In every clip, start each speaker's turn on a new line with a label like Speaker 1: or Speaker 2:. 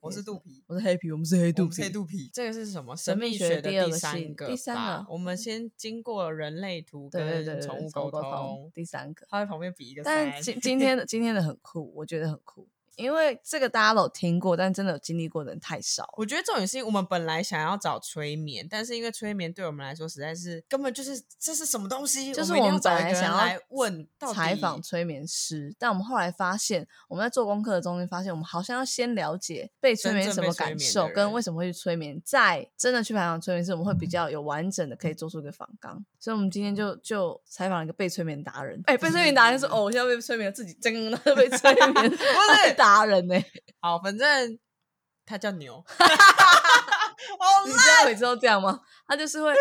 Speaker 1: 我是肚皮，
Speaker 2: 我是黑皮，我们是黑
Speaker 1: 我
Speaker 2: 肚
Speaker 1: 们是
Speaker 2: 皮，
Speaker 1: 黑肚皮。这个是什么？
Speaker 2: 神秘
Speaker 1: 秘
Speaker 2: 学
Speaker 1: 的
Speaker 2: 第二
Speaker 1: 第
Speaker 2: 个
Speaker 1: 三
Speaker 2: 系
Speaker 1: 个吧，
Speaker 2: 第三个
Speaker 1: 我们先经过了人类图
Speaker 2: 对对对
Speaker 1: 跟
Speaker 2: 对，
Speaker 1: 宠物
Speaker 2: 沟
Speaker 1: 沟
Speaker 2: 通
Speaker 1: 通，
Speaker 2: 第三个。
Speaker 1: 他在旁边比一个三。
Speaker 2: 但今今天的今天的很酷，我觉得很酷，因为这个大家都有听过，但真的有经历过的人太少了。
Speaker 1: 我觉得这种事情，我们本来想要找催眠，但是因为催眠对我们来说实在是根本就是这是什么东西，
Speaker 2: 就是
Speaker 1: 我们一定
Speaker 2: 们
Speaker 1: 要找
Speaker 2: 本
Speaker 1: 一个人
Speaker 2: 来想
Speaker 1: 来
Speaker 2: 要
Speaker 1: 问到底
Speaker 2: 采 访催眠师，但我们后来发现，我们在做功课的中间发现，我们好像要先了解被催
Speaker 1: 真
Speaker 2: 眠
Speaker 1: 正
Speaker 2: 是什
Speaker 1: 被
Speaker 2: 么
Speaker 1: 催
Speaker 2: 感
Speaker 1: 眠
Speaker 2: 受，
Speaker 1: 的
Speaker 2: 跟
Speaker 1: 人
Speaker 2: 为什么会去催眠，再真的去采访催眠师，我们会比较有完整的可以做出一个访纲。所以，我们今天就就采访了一个被催眠达人。哎、被催眠达人说：“哦，我现在被催眠了，自己真的 被催眠，
Speaker 1: 不是
Speaker 2: 达人欸呢、
Speaker 1: 好，反正他叫 牛。
Speaker 2: 你
Speaker 1: 哦，
Speaker 2: 知道每次都这样吗？他就是会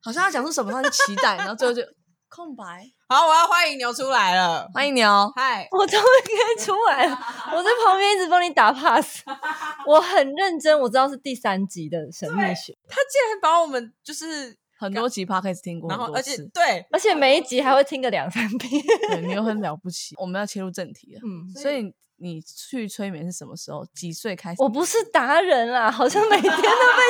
Speaker 2: 好像要讲出什么让你期待，然后最后就空白。
Speaker 1: 好，我要欢迎牛出来了。
Speaker 2: 欢迎你哦，
Speaker 1: 嗨，
Speaker 3: 我终于可以出来了，我在旁边一直帮你打 pass，我很认真，我知道是第三集的神秘学，
Speaker 1: 他竟然把我们就是，
Speaker 2: 很多集 podcast 听过
Speaker 1: 然
Speaker 2: 很
Speaker 1: 后
Speaker 2: 多
Speaker 1: 而且
Speaker 2: 次，
Speaker 1: 对，
Speaker 3: 而且每一集还会听个两三遍。
Speaker 2: 对你又很了不起。我们要切入正题了，
Speaker 3: 嗯，
Speaker 2: 所以你去催眠是什么时候？几岁开始？
Speaker 3: 我不是达人啦，好像每天都被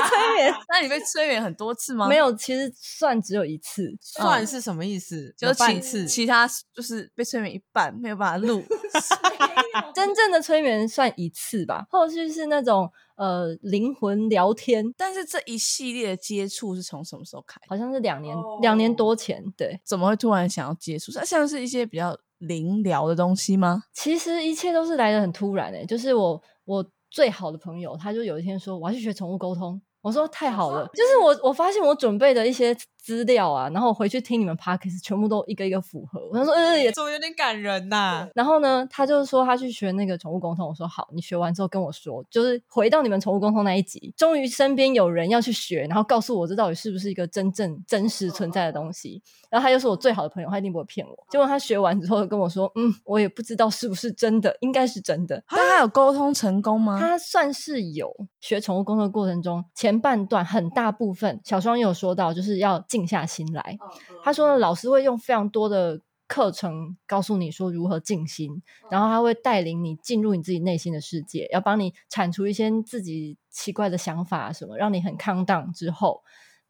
Speaker 3: 催眠，
Speaker 2: 那你被催眠很多次吗？
Speaker 3: 没，有，其实算只有一次。
Speaker 1: 算是什么意思？
Speaker 2: 就
Speaker 1: 有
Speaker 2: 是
Speaker 1: 半
Speaker 2: 其
Speaker 1: 次，
Speaker 2: 其他就是被催眠一半，没有办法录。
Speaker 3: 嗯真正的催眠算一次吧，后续是那种呃灵魂聊天，
Speaker 2: 但是这一系列的接触是从什么时候开？
Speaker 3: 好像是两年、两年多前。对，
Speaker 2: 怎么会突然想要接触？像是一些比较灵疗的东西吗？
Speaker 3: 其实一切都是来的很突然诶、欸就是我我最好的朋友，他就有一天说我要去学宠物沟通，我说太好了，就是我我发现我准备的一些资料啊，然后我回去听你们 podcast 全部都一个一个符合，我想说呃也。
Speaker 1: 怎么有点感人呐？
Speaker 3: 然后呢，他就说他去学那个宠物沟通，我说好，你学完之后跟我说，就是回到你们宠物沟通那一集，终于身边有人要去学，然后告诉我这到底是不是一个真正真实存在的东西。然后他又是我最好的朋友，他一定不会骗我。结果他学完之后跟我说，嗯，我也不知道是不是真的，应该是真的。
Speaker 2: 但他有沟通成功吗？
Speaker 3: 他算是有学宠物工作过程中前半段很大部分，小双也有说到，就是要静下心来。他说呢，老师会用非常多的课程告诉你说如何静心，然后他会带领你进入你自己内心的世界，要帮你铲除一些自己奇怪的想法啊什么，让你很抗荡之后，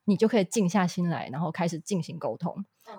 Speaker 3: 你就可以静下心来，然后开始进行沟通。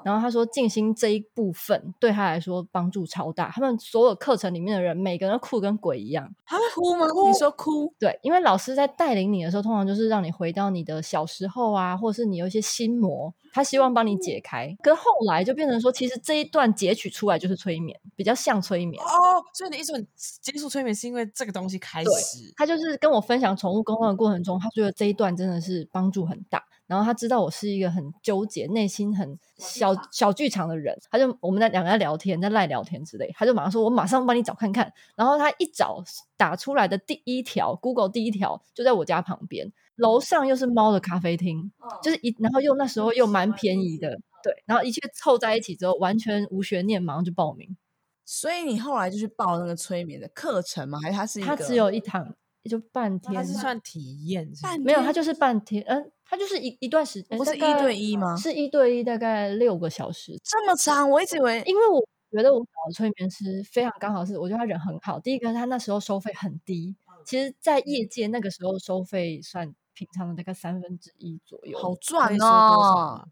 Speaker 3: 然后他说，静心这一部分对他来说帮助超大。他们所有课程里面的人，每个人都酷跟鬼一样，
Speaker 2: 他会哭吗？你说哭？
Speaker 3: 对，因为老师在带领你的时候，通常就是让你回到你的小时候啊，或者是你有一些心魔，他希望帮你解开。可是后来就变成说，其实这一段截取出来就是催眠，比较像催眠。
Speaker 1: 哦，所以你一说你接触催眠是因为这个东西开
Speaker 3: 对
Speaker 1: 始，
Speaker 3: 他就是跟我分享宠物沟通的过程中，他觉得这一段真的是帮助很大。然后他知道我是一个很纠结、内心很小小剧场的人，他就我们在两个在聊天，在赖聊天之类，他就马上说：“我马上帮你找看看。”然后他一找打出来的第一条，Google 第一条就在我家旁边，楼上又是猫的咖啡厅，就是一，然后又那时候又蛮便宜的，对，然后一切凑在一起之后，完全无悬念，马上就报名。
Speaker 2: 所以你后来就去报那个催眠的课程吗？还是他是一
Speaker 3: 他
Speaker 2: 个
Speaker 3: 只有一堂，也就半天，
Speaker 1: 它是算体验是不是？
Speaker 3: 没有，他就是半天，嗯，他就是一一段时间，
Speaker 2: 不
Speaker 3: 大
Speaker 2: 是一
Speaker 3: 概
Speaker 2: 对一吗
Speaker 3: 是一对一，大概六个小时。
Speaker 2: 这么长？我一直以为
Speaker 3: 因为我觉得我找的催眠师非常刚好是，我觉得他人很好。第一个，他那时候收费很低，
Speaker 2: 嗯
Speaker 3: 其实，在业界那个时候收费算平常的大概三分之一左右。
Speaker 2: 好
Speaker 1: 可
Speaker 2: 赚
Speaker 1: 以收多少
Speaker 2: 哦
Speaker 1: 啊，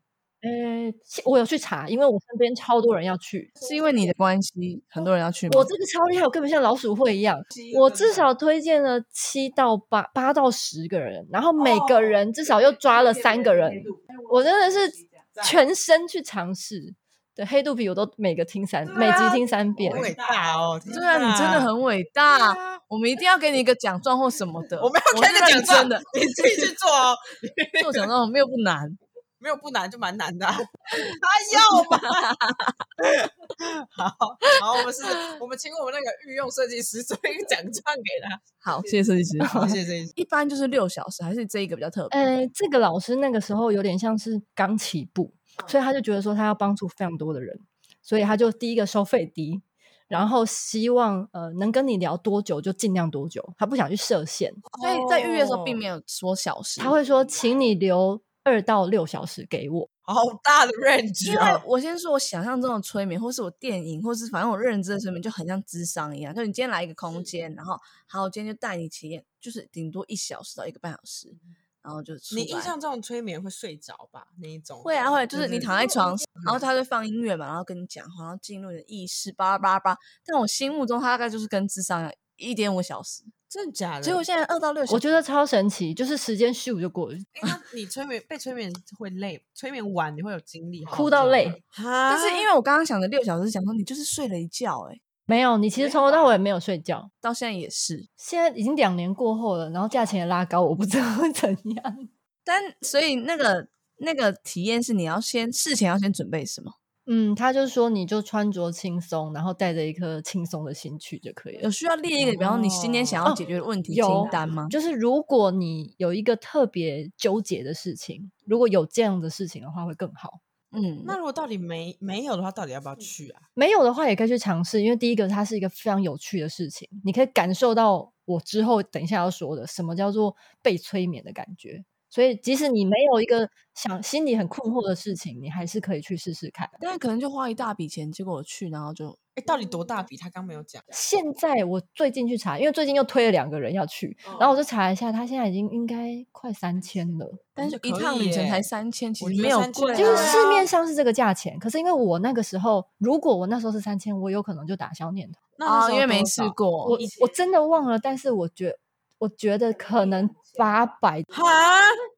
Speaker 3: 呃，其我有去查，因为我身边超多人要去。
Speaker 2: 是因为你的关系，很多人要去吗？
Speaker 3: 我这个超厉害，我根本像老鼠会一样。我至少推荐了七到八八到十个人，然后每
Speaker 2: 哦
Speaker 3: 个人至少又抓了三个人。我真的是全身去尝试。对，黑肚皮我都每个听三，每集听三遍
Speaker 1: 好。伟大哦！
Speaker 2: 对啊，你真的很伟
Speaker 1: 大
Speaker 2: 大。我们一定要给你一个奖状或什么的。
Speaker 1: 啊 我没有给你
Speaker 2: 是
Speaker 1: 奖状
Speaker 2: 认真的
Speaker 1: 你自己去做哦，
Speaker 2: 做奖状，没有不难。
Speaker 1: 没有不难就蛮难的、啊。他要吧？ 好，好，我们是，我们请我们那个御用设计师做一个奖状给他。
Speaker 2: 好，谢谢设计师。
Speaker 1: 好， 谢谢设计师。
Speaker 2: 一般就是六小时，还是这一个比较特别？
Speaker 3: 呃，这个老师那个时候有点像是刚起步，所以他就觉得说他要帮助非常多的人，所以他就第一个收费低，然后希望呃能跟你聊多久就尽量多久，他不想去设限，
Speaker 2: 所以在预约的时候并
Speaker 1: 哦
Speaker 2: 没有说小时，
Speaker 3: 他会说请你留二到六小时给我。
Speaker 1: 好大的 range
Speaker 2: 因为
Speaker 1: 哦。
Speaker 2: 我先说，我想象中的催眠，或是我电影，或是反正我认知的催眠，就很像智商一样。就你今天来一个空间，然后好，我今天就带你体验，就是顶多一小时到一个半小时，然后就出
Speaker 1: 你印
Speaker 2: 来
Speaker 1: 象中催眠会睡着吧？那一种
Speaker 2: 会啊会，就是你躺在床 上，然后
Speaker 1: 嗯
Speaker 2: 他就放音乐嘛，然后跟你讲话，然后进入你的意识，叭叭叭。但我心目中他大概就是跟智商一样，一点五小时。
Speaker 1: 真的假的？
Speaker 2: 所以我现在二到六小
Speaker 3: 我
Speaker 2: 时，
Speaker 3: 觉得超神奇，就是时间咻就过去，
Speaker 1: 哎那你催眠被催眠会累，催眠完你会有精力
Speaker 3: 哭到累。
Speaker 1: 哈，
Speaker 2: 但是因为我刚刚想的六小时，想说你就是睡了一觉、欸，哎，
Speaker 3: 没有，你其实
Speaker 1: 没
Speaker 3: 从头
Speaker 1: 有
Speaker 3: 到
Speaker 1: 吧
Speaker 3: 尾没有睡觉。
Speaker 2: 到现在也是。
Speaker 3: 现在已经两年过后了，然后价钱也拉高，我不知道会怎样。
Speaker 2: 但所以那个那个体验是你要先事前要先准备什么？
Speaker 3: 嗯，他就说你就穿着轻松，然后带着一颗轻松的心去就可以了
Speaker 2: 有。需要列一个，比方说你今天想要
Speaker 3: 哦
Speaker 2: 解决的问题
Speaker 3: 有
Speaker 2: 清单吗？
Speaker 3: 就是如果你有一个特别纠结的事情，如果有这样的事情的话，会更好。
Speaker 2: 嗯，
Speaker 1: 那如果到底没没有的话，到底要不要去啊？
Speaker 3: 没有的话，也可以去尝试，因为第一个它是一个非常有趣的事情，你可以感受到我之后等一下要说的什么叫做被催眠的感觉。所以，即使你没有一个想心里很困惑的事情，你还是可以去试试看。
Speaker 2: 但可能就花一大笔钱，结果我去，然后就
Speaker 1: 哎，到底多大笔？他刚没有讲。
Speaker 2: 哦
Speaker 3: 现在我最近去查，因为最近又推了两个人要去，然后我就查一下，他现在已经应该快三千了。
Speaker 2: 但
Speaker 1: 那
Speaker 2: 是
Speaker 1: 就
Speaker 2: 一
Speaker 1: 嗯可
Speaker 2: 趟
Speaker 1: 以
Speaker 2: 旅程才
Speaker 1: 耶
Speaker 2: 三千，其
Speaker 1: 我
Speaker 2: 实
Speaker 1: 觉
Speaker 2: 没
Speaker 1: 得
Speaker 2: 有
Speaker 1: 3000
Speaker 2: 贵啊，
Speaker 1: 对
Speaker 3: 就是市
Speaker 1: 啊
Speaker 3: 面上是这个价钱，可是因为我那个时候，如果我那时候是三千，我有可能就打消念头。
Speaker 1: 那那
Speaker 2: 啊，
Speaker 1: 时
Speaker 2: 因
Speaker 1: 候
Speaker 2: 为没
Speaker 1: 多
Speaker 2: 试
Speaker 1: 少
Speaker 2: 过
Speaker 3: 我。我真的忘了，但是我觉我觉得可能八百，
Speaker 1: 哈，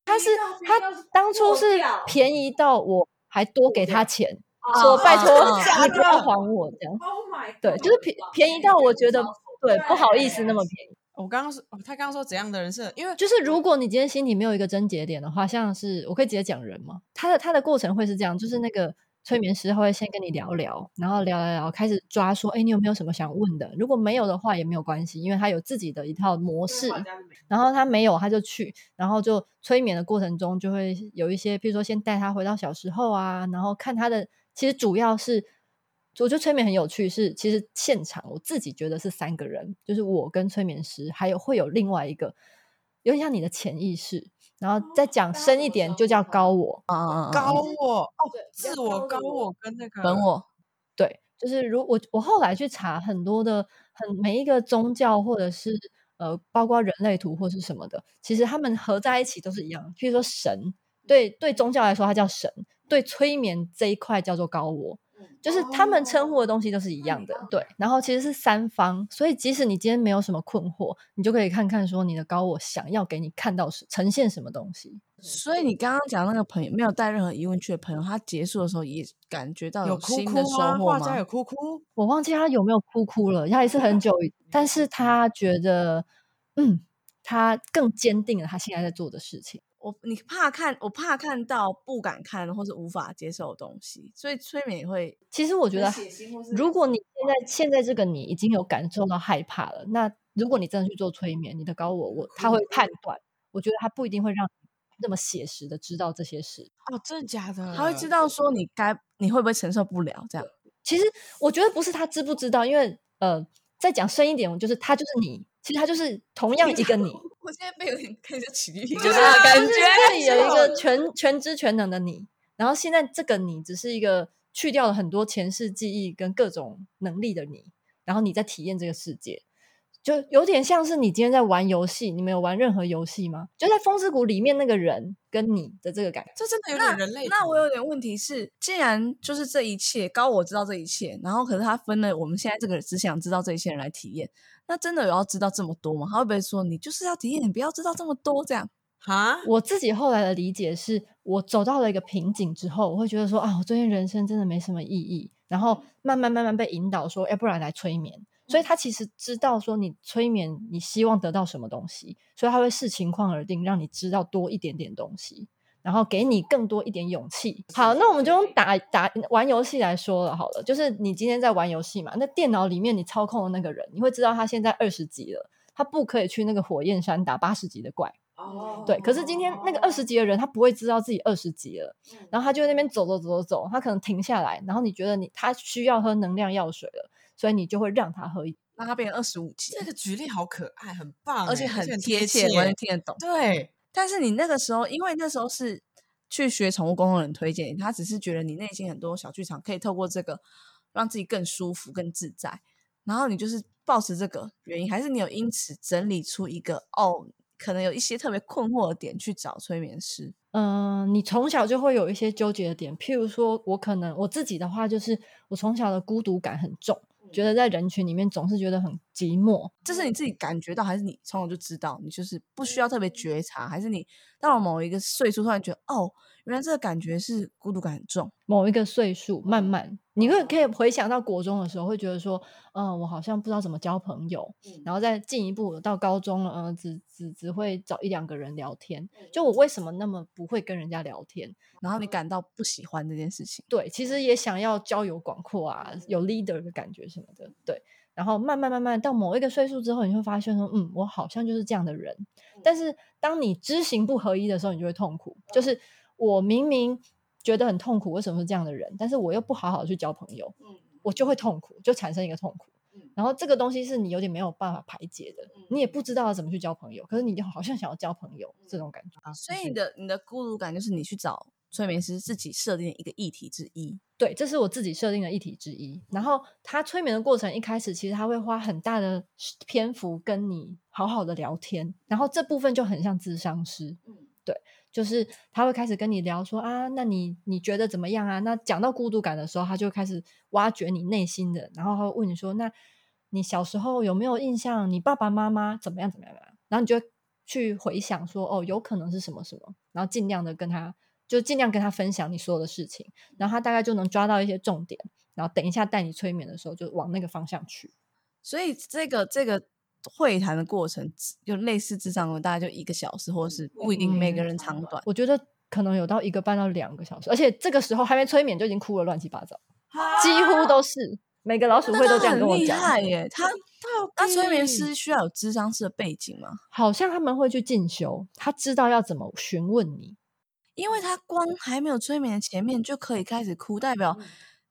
Speaker 3: 他是他当初是便宜到我还多给他钱，说
Speaker 2: 啊
Speaker 3: 拜
Speaker 2: 啊
Speaker 3: 托
Speaker 2: 啊
Speaker 1: 啊
Speaker 3: 你不要还我这样。对，就是便便宜到我觉得对不好意思那么便宜。
Speaker 1: 我刚刚说，哦他刚刚说怎样的人设？因为
Speaker 3: 就是如果你今天心里没有一个症结点的话，像是我可以直接讲人嘛，他的他的过程会是这样，就是那个催眠师他会先跟你聊聊，然后聊聊聊，开始抓说，哎，你有没有什么想问的？如果没有的话也没有关系，因为他有自己的一套模式。然后他没有，他就去，然后就催眠的过程中就会有一些，比如说先带他回到小时候啊，然后看他的，其实主要是，我觉得催眠很有趣，是其实现场我自己觉得是三个人，就是我跟催眠师，还有会有另外一个，有点像你的潜意识，然后再讲深一点就叫高我，
Speaker 2: 啊啊啊！
Speaker 1: 高
Speaker 2: 啊
Speaker 1: 我哦
Speaker 3: 对，
Speaker 1: 自
Speaker 3: 要
Speaker 1: 我
Speaker 3: 高
Speaker 1: 高
Speaker 3: 的我
Speaker 1: 我跟那个
Speaker 2: 本我
Speaker 3: 对，就是如我我后来去查很多的，很每一个宗教或者是呃，包括人类图或是什么的，其实他们合在一起都是一样的。譬如说神，对对宗教来说它叫神，对催眠这一块叫做高我，就是他们称呼的东西都是一样的。对，然后其实是三方，所以即使你今天没有什么困惑，你就可以看看说你的高我想要给你看到是呈现什么东西。
Speaker 2: 所以你刚刚讲那个朋友没有带任何疑问去的朋友，他结束的时候也感觉到
Speaker 1: 有哭
Speaker 2: 新
Speaker 1: 哭
Speaker 2: 的收
Speaker 1: 吗？
Speaker 2: 获
Speaker 1: 画家
Speaker 2: 吗
Speaker 1: 有？哭哭，
Speaker 3: 我忘记他有没有哭哭了，他也是很久以，但是他觉得，嗯，他更坚定了他现在在做的事情。
Speaker 2: 我你怕看，我怕看到不敢看或是无法接受的东西，所以催眠也会
Speaker 3: 其实我觉得，如果你现在现在这个你已经有感受到害怕了，那如果你真的去做催眠，你的高我我他会判断，我觉得他不一定会让你那么写实的知道这些事。
Speaker 1: 哦，真的假的？
Speaker 2: 他会知道说你该你会不会承受不了这样。
Speaker 3: 其实我觉得不是他知不知道，因为呃，再讲深一点，就是他就是你，其实他就是同样一个你。
Speaker 2: 我现在被有点跟着起立，就
Speaker 1: 对
Speaker 2: 是
Speaker 1: 啊
Speaker 2: 感
Speaker 3: 就
Speaker 2: 觉
Speaker 3: 是这里有一个全全知全能的你，然后现在这个你只是一个去掉了很多前世记忆跟各种能力的你，然后你在体验这个世界，就有点像是你今天在玩游戏，你们有玩任何游戏吗？就在《风之谷》里面那个人跟你的这个感觉，
Speaker 1: 这真的有点人类
Speaker 2: 那
Speaker 1: 图
Speaker 2: 我有点问题是，既然就是这一切高我知道这一切，然后可是他分了我们现在这个只想知道这一切人来体验，那真的有要知道这么多吗？他会不会说你就是要体验，你不要知道这么多这样？
Speaker 1: 哈，
Speaker 3: 我自己后来的理解是，我走到了一个瓶颈之后，我会觉得说啊，我最近人生真的没什么意义，然后慢慢慢慢被引导说，要不然来催眠。所以他其实知道说你催眠，你希望得到什么东西，所以他会视情况而定，让你知道多一点点东西，然后给你更多一点勇气。好，那我们就用打打玩游戏来说了好了，就是你今天在玩游戏嘛，那电脑里面你操控的那个人，你会知道他现在二十级了，他不可以去那个火焰山打八十级的怪。对，可是今天那个
Speaker 1: 哦
Speaker 3: 二十级的人，他不会知道自己二十级了，然后他就在那边走走走走走，他可能停下来，然后你觉得你他需要喝能量药水了，所以你就会让他喝一。
Speaker 2: 让他变成二十五级，
Speaker 1: 这个举例好可爱，很棒欸，
Speaker 2: 而且很
Speaker 1: 很
Speaker 2: 贴欸
Speaker 1: 切
Speaker 2: 切，完全听得懂。
Speaker 1: 对，
Speaker 2: 但是你那个时候，因为那时候是去学宠物沟通人推荐你，他只是觉得你内心很多小剧场，可以透过这个让自己更舒服、更自在。然后你就是抱持这个原因，还是你有因此整理出一个哦，可能有一些特别困惑的点去找催眠师。
Speaker 3: 嗯、你从小就会有一些纠结的点，譬如说，我可能我自己的话，就是我从小的孤独感很重，觉得在人群里面总是觉得很寂寞。
Speaker 2: 这是你自己感觉到，还是你从小就知道？你就是不需要特别觉察，还是你到了某一个岁数突然觉得哦，原来这个感觉是孤独感很重？
Speaker 3: 某一个岁数，慢慢你会可以回想到国中的时候，会觉得说，嗯、我好像不知道怎么交朋友，然后再进一步到高中了，嗯、只只只会找一两个人聊天。就我为什么那么不会跟人家聊天？
Speaker 2: 然后你感到不喜欢这件事情。
Speaker 3: 对，其实也想要交友广阔啊，有 leader 的感觉什么的，对。然后慢慢慢慢到某一个岁数之后，你会发现说，嗯，我好像就是这样的人。但是当你知行不合一的时候，你就会痛苦。就是我明明觉得很痛苦，为什么是这样的人？但是我又不好好去交朋友，我就会痛苦，就产生一个痛苦。然后这个东西是你有点没有办法排解的，你也不知道怎么去交朋友，可是你就好像想要交朋友这种感觉。
Speaker 1: 啊
Speaker 2: 所以你的你的孤独感就是你去找催眠师自己设定的一个议题之一。
Speaker 3: 对，这是我自己设定的议题之一。然后他催眠的过程一开始，其实他会花很大的时篇幅跟你好好的聊天，然后这部分就很像智商师，对，就是他会开始跟你聊说啊，那你你觉得怎么样啊？那讲到孤独感的时候，他就开始挖掘你内心的，然后他会问你说，那你小时候有没有印象你爸爸妈妈怎么样怎么样？怎么样？然后你就会去回想说，哦，有可能是什么什么，然后尽量的跟他。就尽量跟他分享你所有的事情，然后他大概就能抓到一些重点，然后等一下带你催眠的时候就往那个方向去。
Speaker 2: 所以这个这个会谈的过程，就类似智商文，大概就一个小时，或是嗯不一定每个人长短。
Speaker 3: 我觉得可能有到一个半到两个小时，而且这个时候还没催眠就已经哭了乱七八糟，几乎都是每个老鼠会都这样跟我
Speaker 2: 那
Speaker 3: 讲
Speaker 2: 他。很厉害 耶！他那催眠
Speaker 1: 底
Speaker 2: 师需要有智商师的背景吗？
Speaker 3: 好像他们会去进修，他知道要怎么询问你。
Speaker 2: 因为他光还没有催眠的前面就可以开始哭，代表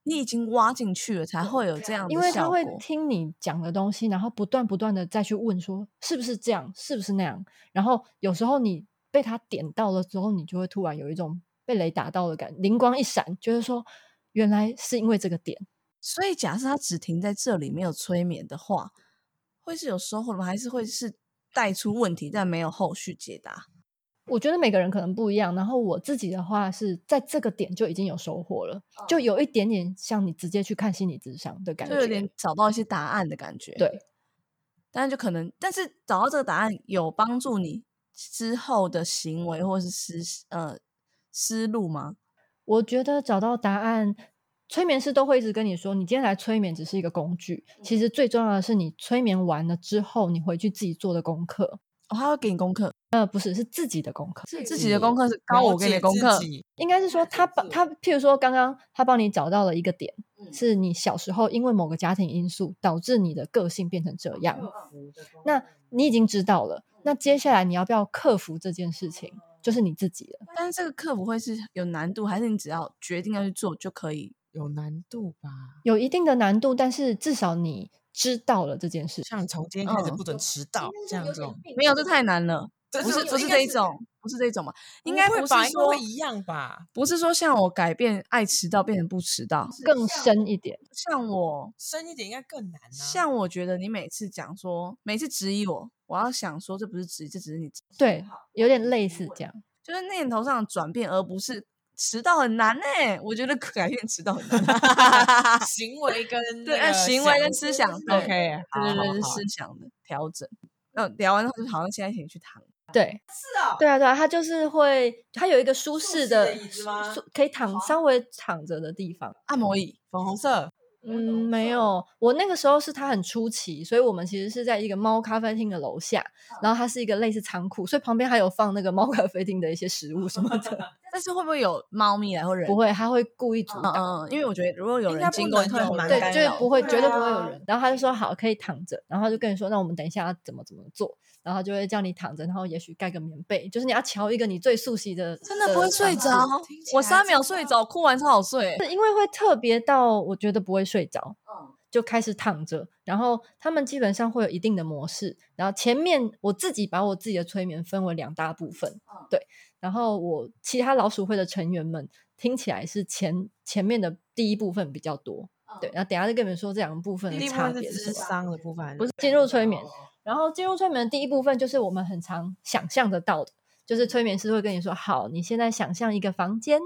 Speaker 2: 你已经挖进去了，才会有这样
Speaker 3: 因
Speaker 2: 的
Speaker 3: 为他
Speaker 2: 效
Speaker 3: 会
Speaker 2: 果。
Speaker 3: 听你讲的东西，然后不断不断的再去问说是不是这样，是不是那样。然后有时候你被他点到了之后，你就会突然有一种被雷打到的感，灵光一闪，觉得说原来是因为这个点。
Speaker 2: 所以，假设他只停在这里没有催眠的话，会是有收获的吗？还是会是带出问题但没有后续解答？
Speaker 3: 我觉得每个人可能不一样，然后我自己的话是在这个点就已经有收获了，就有一点点像你直接去看心理智商的感
Speaker 2: 嗯就
Speaker 3: 觉，
Speaker 2: 有点找到一些答案的感觉。
Speaker 3: 对，
Speaker 2: 但是就可能，但是找到这个答案有帮助你之后的行为或是思呃思路吗？
Speaker 3: 我觉得找到答案，催眠师都会一直跟你说，你今天来催眠只是一个工具，
Speaker 2: 嗯
Speaker 3: 其实最重要的是你催眠完了之后，你回去自己做的功课，
Speaker 2: 哦，他会给你功课，
Speaker 3: 呃，不是是自己的功课，
Speaker 1: 自
Speaker 2: 自己的功课是高
Speaker 1: 了
Speaker 2: 我给你
Speaker 1: 解
Speaker 2: 的功
Speaker 1: 自
Speaker 2: 课，
Speaker 1: 己
Speaker 3: 应该是说他
Speaker 1: 自
Speaker 3: 帮
Speaker 1: 己
Speaker 3: 他，譬如说刚刚他帮你找到了一个点，是你小时候因为某个家庭因素导致你的个性变成这样，那你已经知道了，那接下来你要不要克服这件事情，就是你自己了。
Speaker 2: 但是这个克服会是有难度，还是你只要决定要去做就可以？
Speaker 1: 有难度吧？
Speaker 3: 有一定的难度，但是至少你知道了这件事。
Speaker 1: 像从今天开始
Speaker 2: 嗯
Speaker 1: 不准迟到这样子哦，
Speaker 2: 没有，这太难了，
Speaker 1: 这
Speaker 2: 不是
Speaker 1: 这
Speaker 2: 不是
Speaker 1: 应
Speaker 2: 这
Speaker 1: 该
Speaker 2: 一种，不是这一种嘛？应
Speaker 1: 不
Speaker 2: 该
Speaker 1: 会
Speaker 2: 不是
Speaker 1: 吧应该
Speaker 2: 说
Speaker 1: 会一样吧？
Speaker 2: 不是说像我改变爱迟到变成不迟到，
Speaker 3: 更深一点。
Speaker 2: 像我
Speaker 1: 深一点应该更难啊。
Speaker 2: 像我觉得你每次讲说，每次质疑我，我要想说这不是质疑，这只是你
Speaker 3: 对，有点类似这样。
Speaker 2: 就是念头上的转变，而不是迟到很难呢、欸我觉得改变迟到很难。
Speaker 1: 行为跟
Speaker 2: 对
Speaker 1: 那
Speaker 2: 呃
Speaker 1: 个
Speaker 2: 行为跟思想对
Speaker 1: OK，好
Speaker 2: 对对
Speaker 1: 好
Speaker 2: 对，是
Speaker 1: 好
Speaker 2: 思想的调整。嗯，聊完之后就好像现在请去躺。
Speaker 3: 对，是啊，对啊，对啊，他就是会，他有一个舒适的
Speaker 1: 椅子吗
Speaker 3: 舒可以躺稍微躺着的地方。
Speaker 2: 按摩椅，
Speaker 1: 粉红色，
Speaker 3: 嗯，没有，我那个时候是它很出奇，所以我们其实是在一个猫咖啡厅的楼下，
Speaker 2: 嗯
Speaker 3: 然后它是一个类似仓库，所以旁边还有放那个猫咖啡厅的一些食物什么 的。
Speaker 2: 但是会不会有猫咪来或人？
Speaker 3: 不会，它会故意阻
Speaker 2: 嗯，
Speaker 3: 挡。
Speaker 2: 嗯嗯，因为我觉得如果有
Speaker 1: 应
Speaker 2: 人
Speaker 1: 该不
Speaker 2: 经过，
Speaker 1: 能
Speaker 2: 会
Speaker 1: 有
Speaker 2: 蛮
Speaker 1: 人
Speaker 3: 对，
Speaker 2: 干
Speaker 3: 就是
Speaker 2: 扰
Speaker 3: 不
Speaker 2: 的
Speaker 3: 会，
Speaker 1: 对
Speaker 3: 绝对不会有
Speaker 1: 啊
Speaker 3: 人。然后他就说好，可以躺着。然后他就跟你说，那我们等一下要怎么怎么做。然后他就会叫你躺着，然后也许盖个棉被，就是你要瞧一个你最熟悉的。
Speaker 2: 真的不会睡
Speaker 3: 方式
Speaker 2: 着
Speaker 1: 听起，
Speaker 2: 我
Speaker 1: 来
Speaker 2: 三
Speaker 1: 真
Speaker 2: 秒
Speaker 1: 的
Speaker 2: 睡着，哭完超好睡。
Speaker 3: 是因为会特别到我觉得不会睡着。就开始躺着，然后他们基本上会有一定的模式。然后前面我自己把我自己的催眠分为两大部分，对。然后我其他老鼠会的成员们听起来是前前面的第一部分比较多，对。然后等一下再跟你们说这两个部分
Speaker 1: 第
Speaker 3: 的
Speaker 1: 一部
Speaker 3: 差
Speaker 1: 分是
Speaker 3: 别是
Speaker 1: 智
Speaker 3: 什么。
Speaker 1: 商的部分，
Speaker 3: 不是进入催眠，然后进入催眠的第一部分就是我们很常想象得到的，就是催眠师会跟你说：“好，你现在想象一个房间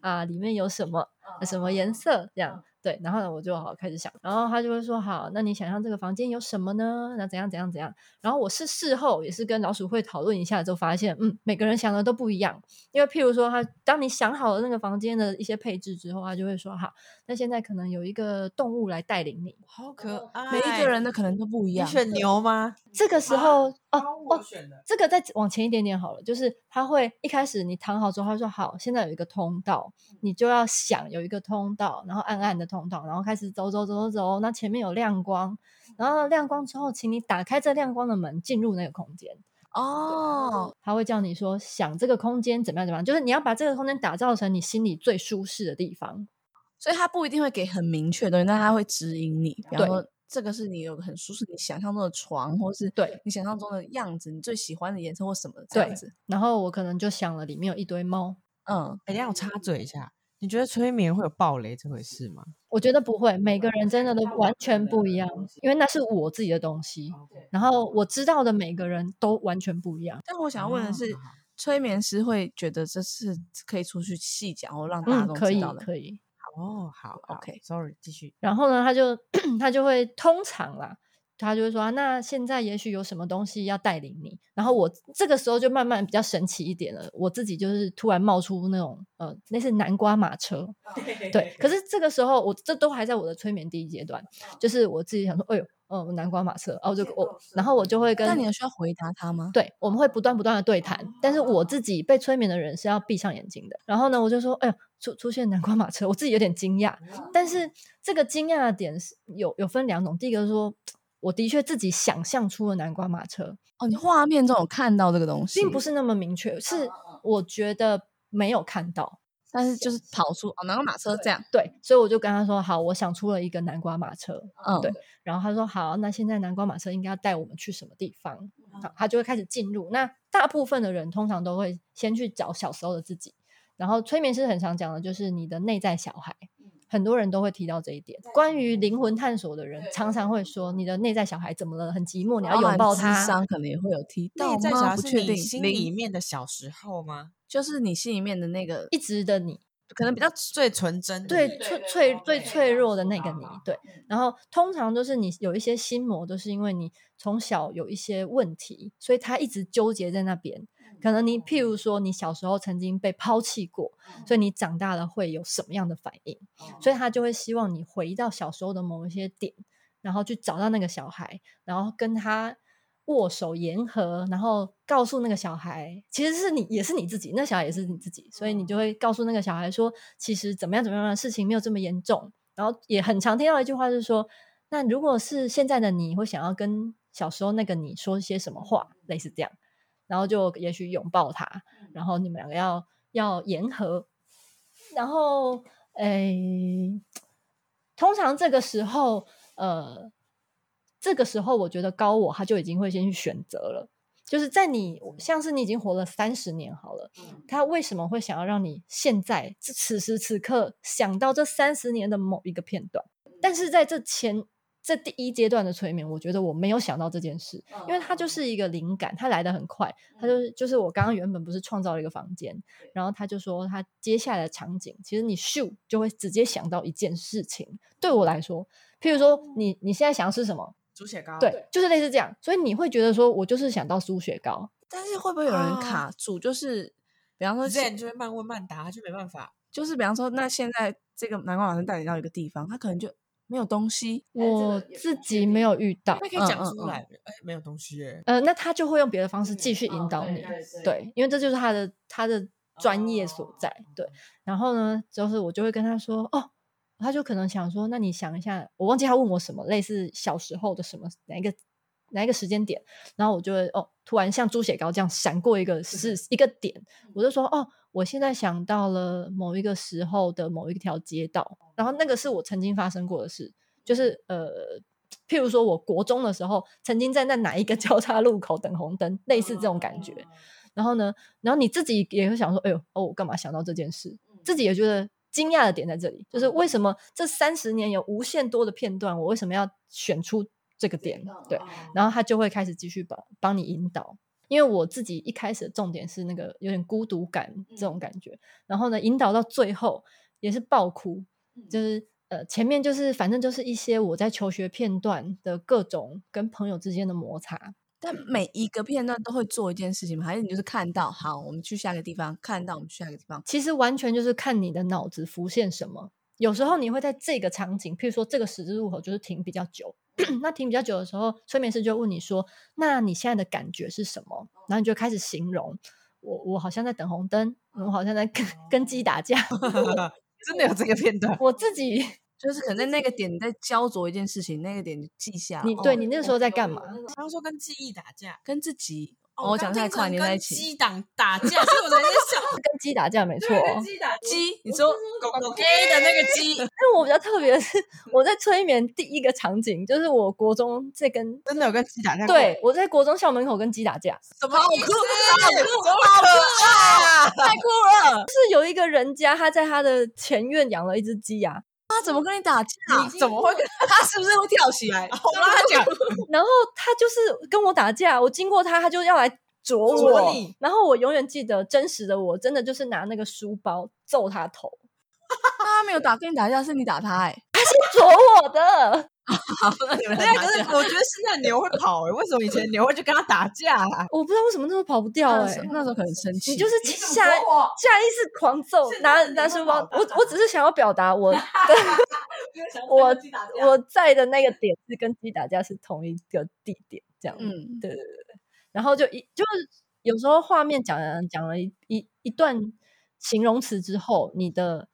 Speaker 3: 啊，里面有什么呃什么颜色这样。”对，然后呢，我就好开始想，然后他就会说：“好，那你想象这个房间有什么呢？那怎样怎样怎样？”然后我是事后也是跟老鼠会讨论一下，就发现，嗯，每个人想的都不一样。因为譬如说他，当你想好了那个房间的一些配置之后，他就会说：“好，那现在可能有一个动物来带领你。”
Speaker 1: 好可爱。
Speaker 2: 每一个人的可能都不一
Speaker 1: 你
Speaker 2: 样。
Speaker 1: 选牛吗？
Speaker 3: 这个时候，哦哦，
Speaker 1: 选的
Speaker 3: 这个再往前一点点好了，就是他会一开始你躺好之后，他说好，现在有一个通道，你就要想有一个通道，然后暗暗的通道，然后开始走走走走走，那前面有亮光，然后亮光之后，请你打开这亮光的门，进入那个空间。
Speaker 2: 哦，
Speaker 3: 他会叫你说想这个空间怎么样怎么样，就是你要把这个空间打造成你心里最舒适的地方。
Speaker 2: 所以他不一定会给很明确的东西，但他会指引你，比方
Speaker 3: 对
Speaker 2: 说这个是你有个很舒适你想象中的床，或是
Speaker 3: 对
Speaker 2: 你想象中的样子，你最喜欢的颜色或什么这样
Speaker 3: 对
Speaker 2: 子。
Speaker 3: 然后我可能就想了里面有一堆猫，
Speaker 2: 嗯，
Speaker 1: 哎，让我插嘴一下，你觉得催眠会有暴雷这回事吗？
Speaker 3: 我觉得不会，每个人真的都完全不一样，因为那是我自己的东西。
Speaker 2: 哦
Speaker 3: 然后我知道的每个人都完全不一样。
Speaker 2: 但我想
Speaker 3: 哦
Speaker 2: 问的是，
Speaker 1: 啊
Speaker 2: 催眠师会觉得这是可以出去细讲，或让大家
Speaker 3: 嗯，
Speaker 2: 都
Speaker 3: 可
Speaker 2: 知
Speaker 3: 以
Speaker 2: 道的。
Speaker 3: 可以。
Speaker 1: 哦，好
Speaker 2: OK
Speaker 1: ，OK，Sorry，继续。
Speaker 3: 然后呢，他就 他就会通常啦，他就会说、啊那现在也许有什么东西要带领你。然后我这个时候就慢慢比较神奇一点了，我自己就是突然冒出那种呃类似南瓜马车，对，哦可是这个时候我这都还在我的催眠第一阶段，就是我自己想说，哎呦，嗯、南瓜马车，然后就我，然后我就会跟
Speaker 2: 那你有需要回答他吗？
Speaker 3: 对，我们会不断不断的对谈，但是我自己被催眠的人是要闭上眼睛的。然后呢，我就说，哎呦，出出现南瓜马车，我自己有点惊讶。但是这个惊讶的点是有有分两种，第一个是说，我的确自己想象出了南瓜马车，
Speaker 2: 哦，你画面中有看到这个东西，
Speaker 3: 并不，是那么明确，是我觉得没有看到。
Speaker 2: 但是就是跑出哦，南瓜马车这样。
Speaker 3: 对，所以我就跟他说，好，我想出了一个南瓜马车。
Speaker 2: 嗯，
Speaker 3: 对然后他说好，那现在南瓜马车应该要带我们去什么地方？好，他就会开始进入。那大部分的人通常都会先去找小时候的自己，然后催眠师很常讲的就是你的内在小孩，
Speaker 2: 嗯
Speaker 3: 很多人都会提到这一点。关于灵魂探索的人，常常会说你的内在小孩怎么了，很寂寞，你要
Speaker 2: 包
Speaker 3: 拥
Speaker 2: 含
Speaker 3: 抱
Speaker 2: 智
Speaker 3: 他。
Speaker 2: 商可能也会有提到
Speaker 1: 内在小
Speaker 2: 吗？
Speaker 1: 孩
Speaker 2: 不
Speaker 1: 是
Speaker 2: 确
Speaker 1: 你
Speaker 2: 定，
Speaker 1: 心
Speaker 2: 零
Speaker 1: 里面的小时候 吗？
Speaker 2: 就是你心里面的那个
Speaker 3: 一直的你，
Speaker 2: 可能比较
Speaker 1: 最纯真的
Speaker 3: 对
Speaker 1: 你
Speaker 3: 脆脆最脆弱的那个你，对。嗯然后通常都是你有一些心魔，都是因为你从小有一些问题，所以他一直纠结在那边。可能你譬如说，你小时候曾经被抛弃过，所以你长大了会有什么样的反应？所以他就会希望你回到小时候的某一些点，然后去找到那个小孩，然后跟他握手言和，然后告诉那个小孩，其实是你，也是你自己，那小孩也是你自己，所以你就会告诉那个小孩说，其实怎么样怎么样的事情没有这么严重。然后也很常听到一句话就是说，那如果是现在的你会想要跟小时候那个你说些什么话，类似这样，然后就也许拥抱他，然后你们两个要要言和，然后诶，通常这个时候，呃，这个时候我觉得高我他就已经会先去选择了，就是在你像是你已经活了三十年好了，他为什么会想要让你现在此此时此刻想到这三十年的某一个片段？但是在这前这第一阶段的催眠，我觉得我没有想到这件事，因为它
Speaker 1: 嗯
Speaker 3: 就是一个灵感，它来的很快，它就是就是我刚刚原本不是创造了一个房间，然后他就说他接下来的场景，其实你咻就会直接想到一件事情。对我来说，譬如说你你现在想要吃什么，
Speaker 1: 猪血糕，
Speaker 3: 对，就是类似这样，所以你会觉得说我就是想到猪血糕，
Speaker 2: 但是会不会有
Speaker 3: 哦
Speaker 2: 人
Speaker 1: 啊
Speaker 2: 卡住？就是比方说
Speaker 1: 之前
Speaker 2: 现，
Speaker 1: 就会慢问慢答，他就没办法。
Speaker 2: 就是比方说，那现在这个南瓜老师带你到一个地方，他可能就没有东西，
Speaker 3: 我自己没有遇到
Speaker 1: 他。可以
Speaker 2: 嗯
Speaker 1: 讲
Speaker 2: 嗯
Speaker 1: 出来，哎，没有东西耶。
Speaker 3: 呃，那他就会用别的方式继续引导你，嗯哦对，哦因为这就是他的他的专业所在，对。然后呢，就是我就会跟他说，哦，他就可能想说，那你想一下，我忘记他问我什么，类似小时候的什么哪一个哪一个时间点，然后我就会哦，突然像猪血糕这样闪过一 个是一个点，我就说哦，我现在想到了某一个时候的某一条街道，然后那个是我曾经发生过的事，就是呃，譬如说我国中的时候，曾经站在哪一个 交叉路口等红灯，类似这种感觉。
Speaker 2: 哦
Speaker 3: 然后呢，然后你自己也会想说，哎呦，哦，我干嘛想到这件事？自己也觉得惊讶的点在这里，就是为什么这三十年有无限多的片段，我为什么要选出这个点？
Speaker 2: 嗯
Speaker 3: 对，然后他就会开始继续帮帮你引导。因为我自己一开始的重点是那个有点孤独感这种感觉，然后呢，引导到最后也是爆哭，
Speaker 2: 嗯
Speaker 3: 就是呃前面就是反正就是一些我在求学片段的各种跟朋友之间的摩擦，
Speaker 2: 但每一个片段都会做一件事情吗？还是你就是看到好，我们去下个地方，看到我们去下个地方？
Speaker 3: 其实完全就是看你的脑子浮现什么。有时候你会在这个场景，譬如说这个十字路口就是停比较久， 那停比较久的时候，催眠师就问你说：“那你现在的感觉是什么？”然后你就开始形容：“我我好像在等红灯，我好像在
Speaker 1: 哦
Speaker 3: 跟跟鸡 打架，
Speaker 1: 真的有这个片段，
Speaker 3: 我自己
Speaker 2: 就是可能在那个点你在焦灼一件事情，那个点你记下。
Speaker 3: 你
Speaker 2: 哦
Speaker 3: 对你那时候在干嘛？
Speaker 1: 他说跟记忆打架。
Speaker 2: 跟自己，
Speaker 1: 哦
Speaker 2: 嗯我讲太快，你在一起。
Speaker 1: 鸡党打架，所以我在 想，
Speaker 3: 跟鸡打架没错。”哦
Speaker 1: 对，跟鸡打
Speaker 2: 鸡，你说
Speaker 1: 狗狗 gay 的那个鸡，
Speaker 3: 但我比较特别 的是，我在催眠第一个场景就是我国中在跟
Speaker 1: 真的有跟鸡打架过？
Speaker 3: 对我在国中校门口跟鸡打架，
Speaker 1: 什么意思？好可爱！
Speaker 2: 太酷了，
Speaker 3: 就是有一个人家他在他的前院养了一只鸡啊，
Speaker 2: 他怎么跟你打架？
Speaker 1: 你怎么会跟
Speaker 2: 他是不是会跳起来？
Speaker 1: 我跟他讲？
Speaker 3: 然后他就是跟我打架，我经过他，他就要来啄我。
Speaker 1: 啄你
Speaker 3: 然后我永远记得真实的我，真的就是拿那个书包揍他头，
Speaker 2: 他没有打跟你打架，是你打他哎、
Speaker 3: 啄我的。
Speaker 2: 好，那你们
Speaker 1: 对
Speaker 2: 来
Speaker 1: 啊，
Speaker 2: 打
Speaker 1: 可是
Speaker 2: 架
Speaker 1: 我觉得现在牛会跑哎，为什么以前牛会去跟他打架啊？
Speaker 3: 我不知道为什么那时候跑不掉
Speaker 2: 那
Speaker 3: 哎、
Speaker 2: 时候那时候可能生气，
Speaker 3: 你就是下下
Speaker 1: 我
Speaker 3: 意识狂揍，
Speaker 1: 现
Speaker 3: 拿
Speaker 1: 在你
Speaker 3: 拿
Speaker 1: 会
Speaker 3: 书包
Speaker 1: 跑。
Speaker 3: 我我只是想要表达我我我在的那个点是跟鸡打架是同一个地点这样子。
Speaker 2: 嗯，
Speaker 3: 对对对对，然后就一就是有时候画面讲了讲了一一一段形容词之后，你的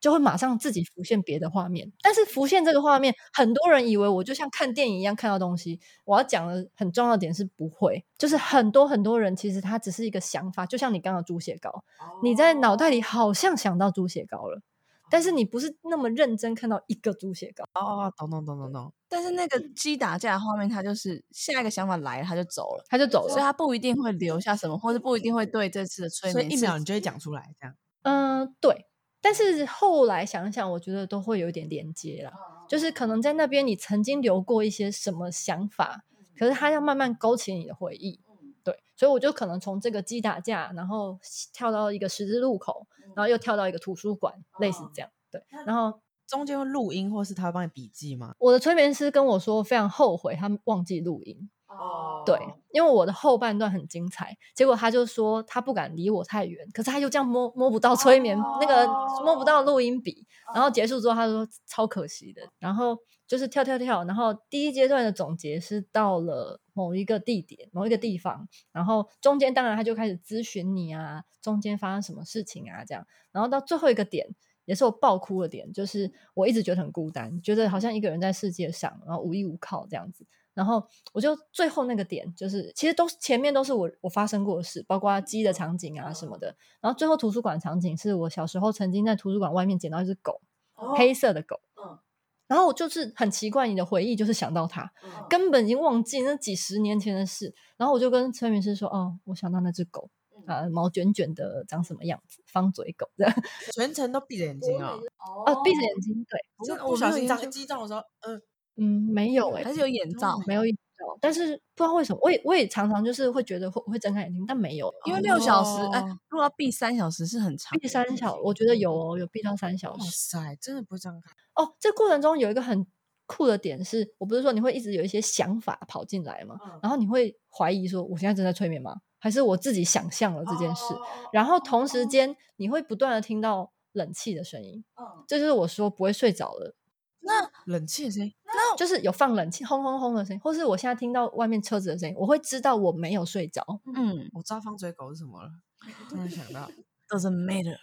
Speaker 3: 就会马上自己浮现别的画面。但是浮现这个画面，很多人以为我就像看电影一样看到东西。我要讲的很重要的点是不会，就是很多很多人其实他只是一个想法，就像你刚刚的猪血糕，你在脑袋里好像想到猪血糕了。但是你不是那么认真看到一个猪血糕，
Speaker 1: 哦，懂懂懂懂懂，
Speaker 2: 但是那个
Speaker 1: 嗯
Speaker 2: 鸡打架的画面，他就是下一个想法来了他就走了，
Speaker 3: 他就走
Speaker 2: 所以
Speaker 3: 了。
Speaker 2: 他不一定会留下什么，或者不一定会对这次的催
Speaker 1: 所
Speaker 2: 眠
Speaker 1: 以一
Speaker 2: 是
Speaker 1: 秒你就会讲出来，这样
Speaker 3: 嗯、对。但是后来想想，我觉得都会有一点连接啦，
Speaker 1: 哦
Speaker 3: 就是可能在那边你曾经留过一些什么想法，可是它要慢慢勾起你的回忆。对，所以我就可能从这个鸡打架，然后跳到一个十字路口，然后又跳到一个图书馆，类似这样。对，然后
Speaker 1: 中间会录音，或是他会帮你笔记吗？
Speaker 3: 我的催眠师跟我说，非常后悔他们忘记录音。
Speaker 1: 哦
Speaker 3: 对，因为我的后半段很精彩，结果他就说他不敢离我太远，可是他又这样摸摸不到催眠、那个摸不到录音笔，然后结束之后他说超可惜的，然后就是跳跳跳，然后第一阶段的总结是到了某一个地点某一个地方，然后中间当然他就开始咨询你啊，中间发生什么事情啊这样，然后到最后一个点。也是我爆哭的点，就是我一直觉得很孤单，觉得好像一个人在世界上，然后无依无靠这样子。然后我就最后那个点，就是其实都是前面都是我我发生过的事，包括鸡的场景啊什么的。然后最后图书馆场景是我小时候曾经在图书馆外面捡到一只狗，
Speaker 2: 哦
Speaker 1: 哦
Speaker 3: 黑色的狗。
Speaker 4: 嗯
Speaker 3: 然后我就是很奇怪，你的回忆就是想到它，
Speaker 1: 哦
Speaker 4: 嗯
Speaker 3: 根本已经忘记那几十年前的事。然后我就跟催眠师说：“哦，我想到那只狗
Speaker 2: 嗯
Speaker 3: 啊、毛卷卷的，长什么样子，方嘴狗这样。
Speaker 1: 全程都闭着眼睛啊，
Speaker 2: 呃
Speaker 3: 哦，闭着眼睛，对，
Speaker 1: 不
Speaker 2: 真
Speaker 1: 过
Speaker 2: 的
Speaker 1: 不
Speaker 2: 我
Speaker 1: 小
Speaker 2: 没有
Speaker 1: 心
Speaker 2: 研
Speaker 1: 长
Speaker 2: 究
Speaker 1: 激动的时候，嗯，
Speaker 3: 嗯，没有
Speaker 1: 哦
Speaker 3: 哎、
Speaker 2: 还是有眼罩，
Speaker 3: 没有一种，但是不知道为什么，我也我也常常就是会觉得会会睁开眼睛，但没有，啊
Speaker 2: 因为六小时，哎、
Speaker 1: 哦
Speaker 2: 如果要闭三小时是嗯很长的。
Speaker 3: 闭三小，我觉得有哦，有闭到三小
Speaker 1: 哇
Speaker 3: 时。
Speaker 1: 塞，真的不会这样看，
Speaker 3: 哦，这过程中有一个很酷的点是，我不是说你会一直有一些想法跑进来嘛，然后你会怀疑说，我现在正在催眠吗？还是我自己想象了这件事？
Speaker 1: 哦
Speaker 3: 然后同时间你会不断的听到冷气的声音，这就是我说不会睡着了。哦
Speaker 1: 冷气的声音，
Speaker 3: 就是有放冷气轰轰轰的声音，或是我现在听到外面车子的声音，我会知道我没有睡着。
Speaker 2: 嗯
Speaker 1: 我知道方嘴狗是什么了，突然想到，
Speaker 2: ，doesn't matter。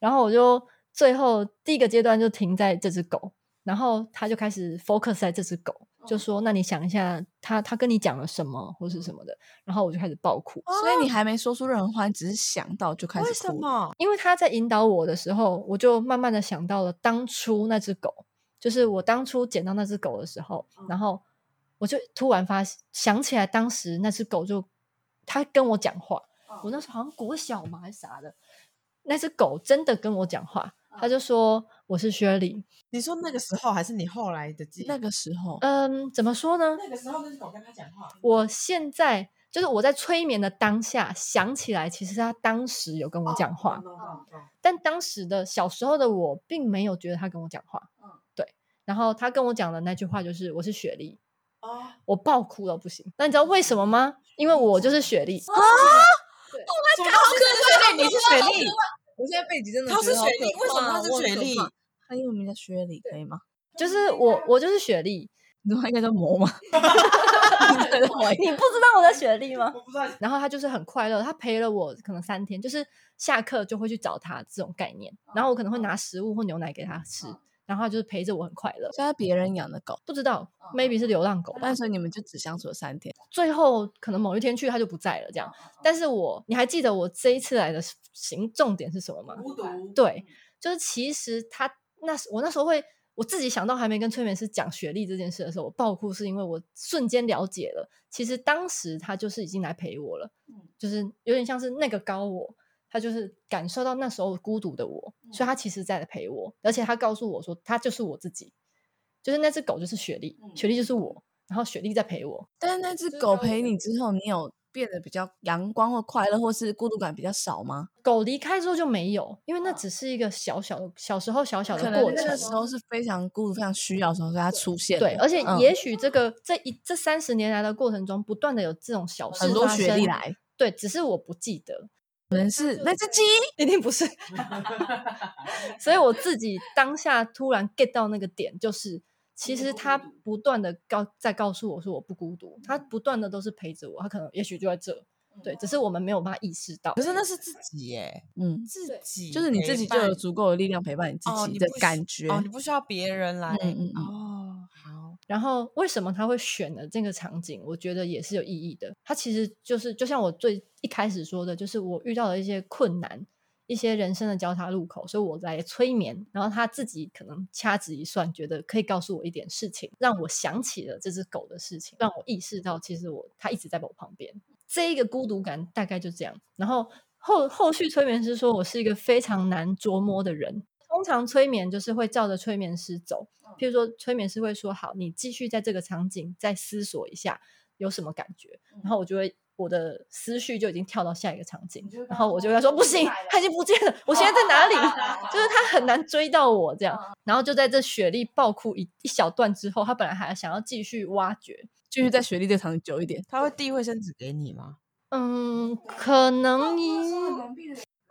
Speaker 3: 然后我就最后第一个阶段就停在这只狗，然后他就开始 focus 在这只狗，就说：“那你想一下他，他跟你讲了什么，或是什么的。”然后我就开始爆哭，
Speaker 2: 所以你还没说出任何话，你只是想到就开始
Speaker 1: 哦为什
Speaker 2: 哭了？
Speaker 1: 么？
Speaker 3: 因为他在引导我的时候，我就慢慢的想到了当初那只狗，就是我当初捡到那只狗的时候，然后我就突然发想起来，当时那只狗就它跟我讲话，哦我那时候好像国小嘛还是啥的，哦那只狗真的跟我讲话，它就说我是薛礼。
Speaker 1: 你说那个时候还是你后来的记忆？
Speaker 2: 那个时候，
Speaker 3: 嗯，怎么说呢？
Speaker 1: 那个时候那只狗跟他讲话，
Speaker 3: 我现在就是我在催眠的当下想起来，其实它当时有跟我讲
Speaker 1: 嗯
Speaker 3: 话，
Speaker 1: 哦
Speaker 3: 但当时的小时候的我并没有觉得他跟我讲话，
Speaker 2: 嗯
Speaker 3: 对。然后他跟我讲的那句话就是“我是雪莉
Speaker 1: 哦，”，
Speaker 3: 我爆哭了不行。那你知道为什么吗？因为我就是雪莉，
Speaker 1: 怎么好可哦
Speaker 2: 对，你是雪莉。我现在背景真的
Speaker 1: 他
Speaker 2: 觉得
Speaker 1: 是
Speaker 2: 好
Speaker 1: 雪
Speaker 2: 可
Speaker 1: 莉为什么
Speaker 2: 怕
Speaker 1: 他是
Speaker 2: 我很
Speaker 1: 雪
Speaker 2: 可
Speaker 1: 莉
Speaker 2: 怕他英文名叫薛莉，可以吗？
Speaker 3: 就是
Speaker 1: 哦
Speaker 3: 我，我就是雪莉。
Speaker 2: 你知道他应该叫魔 吗？
Speaker 3: 你不知道我的雪莉吗？
Speaker 1: 我不知道
Speaker 3: 然后他就是很快乐，他陪了我可能三天，就是下课就会去找他这种概念。然后我可能会拿食物或牛奶给他吃，然后他就是陪着我很快乐。
Speaker 2: 现在别人养的狗，
Speaker 3: 不知道，maybe 是流浪狗吧，
Speaker 2: 但是你们就只相处了三天，
Speaker 3: 最后可能某一天去他就不在了这样。但是我，你还记得我这一次来的行重点是什么吗？
Speaker 1: 孤独，
Speaker 3: 对，就是其实他那时我那时候会我自己想到还没跟催眠师讲学历这件事的时候，我爆哭是因为我瞬间了解了，其实当时他就是已经来陪我了，
Speaker 2: 嗯
Speaker 3: 就是有点像是那个高我。他就是感受到那时候孤独的我，所以
Speaker 2: 嗯
Speaker 3: 他其实在陪我，而且他告诉我说，他就是我自己，就是那只狗就是雪莉，
Speaker 2: 嗯
Speaker 3: 雪莉就是我，然后雪莉在陪我，
Speaker 2: 但是那只
Speaker 3: 就是
Speaker 2: 狗
Speaker 3: 高
Speaker 2: 陪
Speaker 3: 原
Speaker 2: 你之后，你有变得比较阳光或快乐，或是孤独感比较少吗？
Speaker 3: 狗离开之后就没有，因为那只是一个小小的、小时候小小
Speaker 2: 嗯可
Speaker 3: 的
Speaker 2: 能
Speaker 3: 过
Speaker 2: 那
Speaker 3: 程
Speaker 2: 个。时候是非常孤独、非常需要的时候，所以它出现了。
Speaker 3: 对，而且
Speaker 2: 嗯
Speaker 3: 也许这个、这一这三十年来的过程中，不断的有这种小事
Speaker 2: 很多
Speaker 3: 发
Speaker 2: 雪
Speaker 3: 生
Speaker 2: 莉，来，
Speaker 3: 对，只是我不记得，
Speaker 2: 可能是那只鸡。
Speaker 3: 一定不 是。所以我自己当下突然 get 到那个点，就是其实他不断的告在告诉我说我不孤独，他不断的都是陪着我，他可能也许就在这，对，只是我们没有办法意识到
Speaker 1: 可。是那是自己耶，
Speaker 2: 嗯，
Speaker 1: 自己
Speaker 2: 就是你自己就
Speaker 1: 陪
Speaker 2: 有
Speaker 1: 伴
Speaker 2: 足够的力量陪伴你自
Speaker 1: 哦
Speaker 2: 己
Speaker 1: 你
Speaker 2: 的
Speaker 1: 不需
Speaker 2: 感觉。
Speaker 1: 哦，你不需要别人来，
Speaker 2: 嗯嗯嗯
Speaker 1: 哦，好，
Speaker 3: 然后为什么他会选了这个场景？我觉得也是有意义的。他其实就是就像我最一开始说的，就是我遇到了一些困难，一些人生的交叉路口，所以我来催眠。然后他自己可能掐指一算，觉得可以告诉我一点事情，让我想起了这只狗的事情，让我意识到其实我它一直在我旁边。这一个孤独感大概就这样。然后后后续催眠师说我是一个非常难捉摸的人，通常催眠就是会照着催眠师走。譬如说，催眠师会说：“好，你继续在这个场景再思索一下，有什么感觉？”然后我就会，我的思绪就已经跳到下一个场景，然后我就会说：“不行，他已经不见了，我现在在 哪里？”就是他很难追到我这样。然后就在这雪莉爆哭一一小段之后，他本来还想要继续挖掘，
Speaker 2: 继续在雪莉这场久一点，
Speaker 1: 他会递卫生纸给你吗？
Speaker 3: 嗯，可能你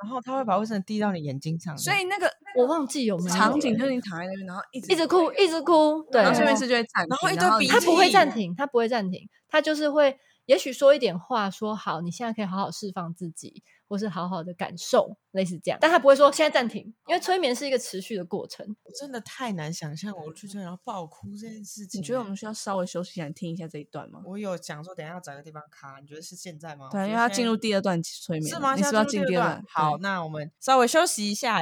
Speaker 1: 然后他会把卫生纸递到你眼睛上吗，
Speaker 2: 所以那个
Speaker 3: 我忘记有没有
Speaker 2: 场景
Speaker 3: 了
Speaker 2: 就是你躺在那边，然后一直
Speaker 3: 一直哭，一直哭，对，
Speaker 2: 然后催
Speaker 1: 面
Speaker 2: 眠
Speaker 1: 是
Speaker 2: 师就会暂停，
Speaker 1: 然后一堆鼻涕
Speaker 3: 他不会暂
Speaker 1: 停
Speaker 3: 停，他不会暂停，他就是会，也许说一点话，说好，你现在可以好好释放自己，或是好好的感受，类似这样。但他不会说现在暂停，因为催眠是一个持续的过程。
Speaker 1: 我真的太难想象我去这然后爆哭这件事情。
Speaker 2: 你觉得我们？需要稍微休息一下，听一下这一段吗？
Speaker 1: 我有讲说，等一下要找个地方卡，你觉得是现在吗？
Speaker 2: 对，因为
Speaker 1: 他
Speaker 2: 他进入第二段催眠了，
Speaker 1: 是吗？
Speaker 2: 你是
Speaker 1: 现在
Speaker 2: 不是要
Speaker 1: 进
Speaker 2: 进
Speaker 1: 入
Speaker 2: 第
Speaker 1: 二
Speaker 2: 二
Speaker 1: 段？好，
Speaker 2: 对
Speaker 1: 那我们稍微休息一下。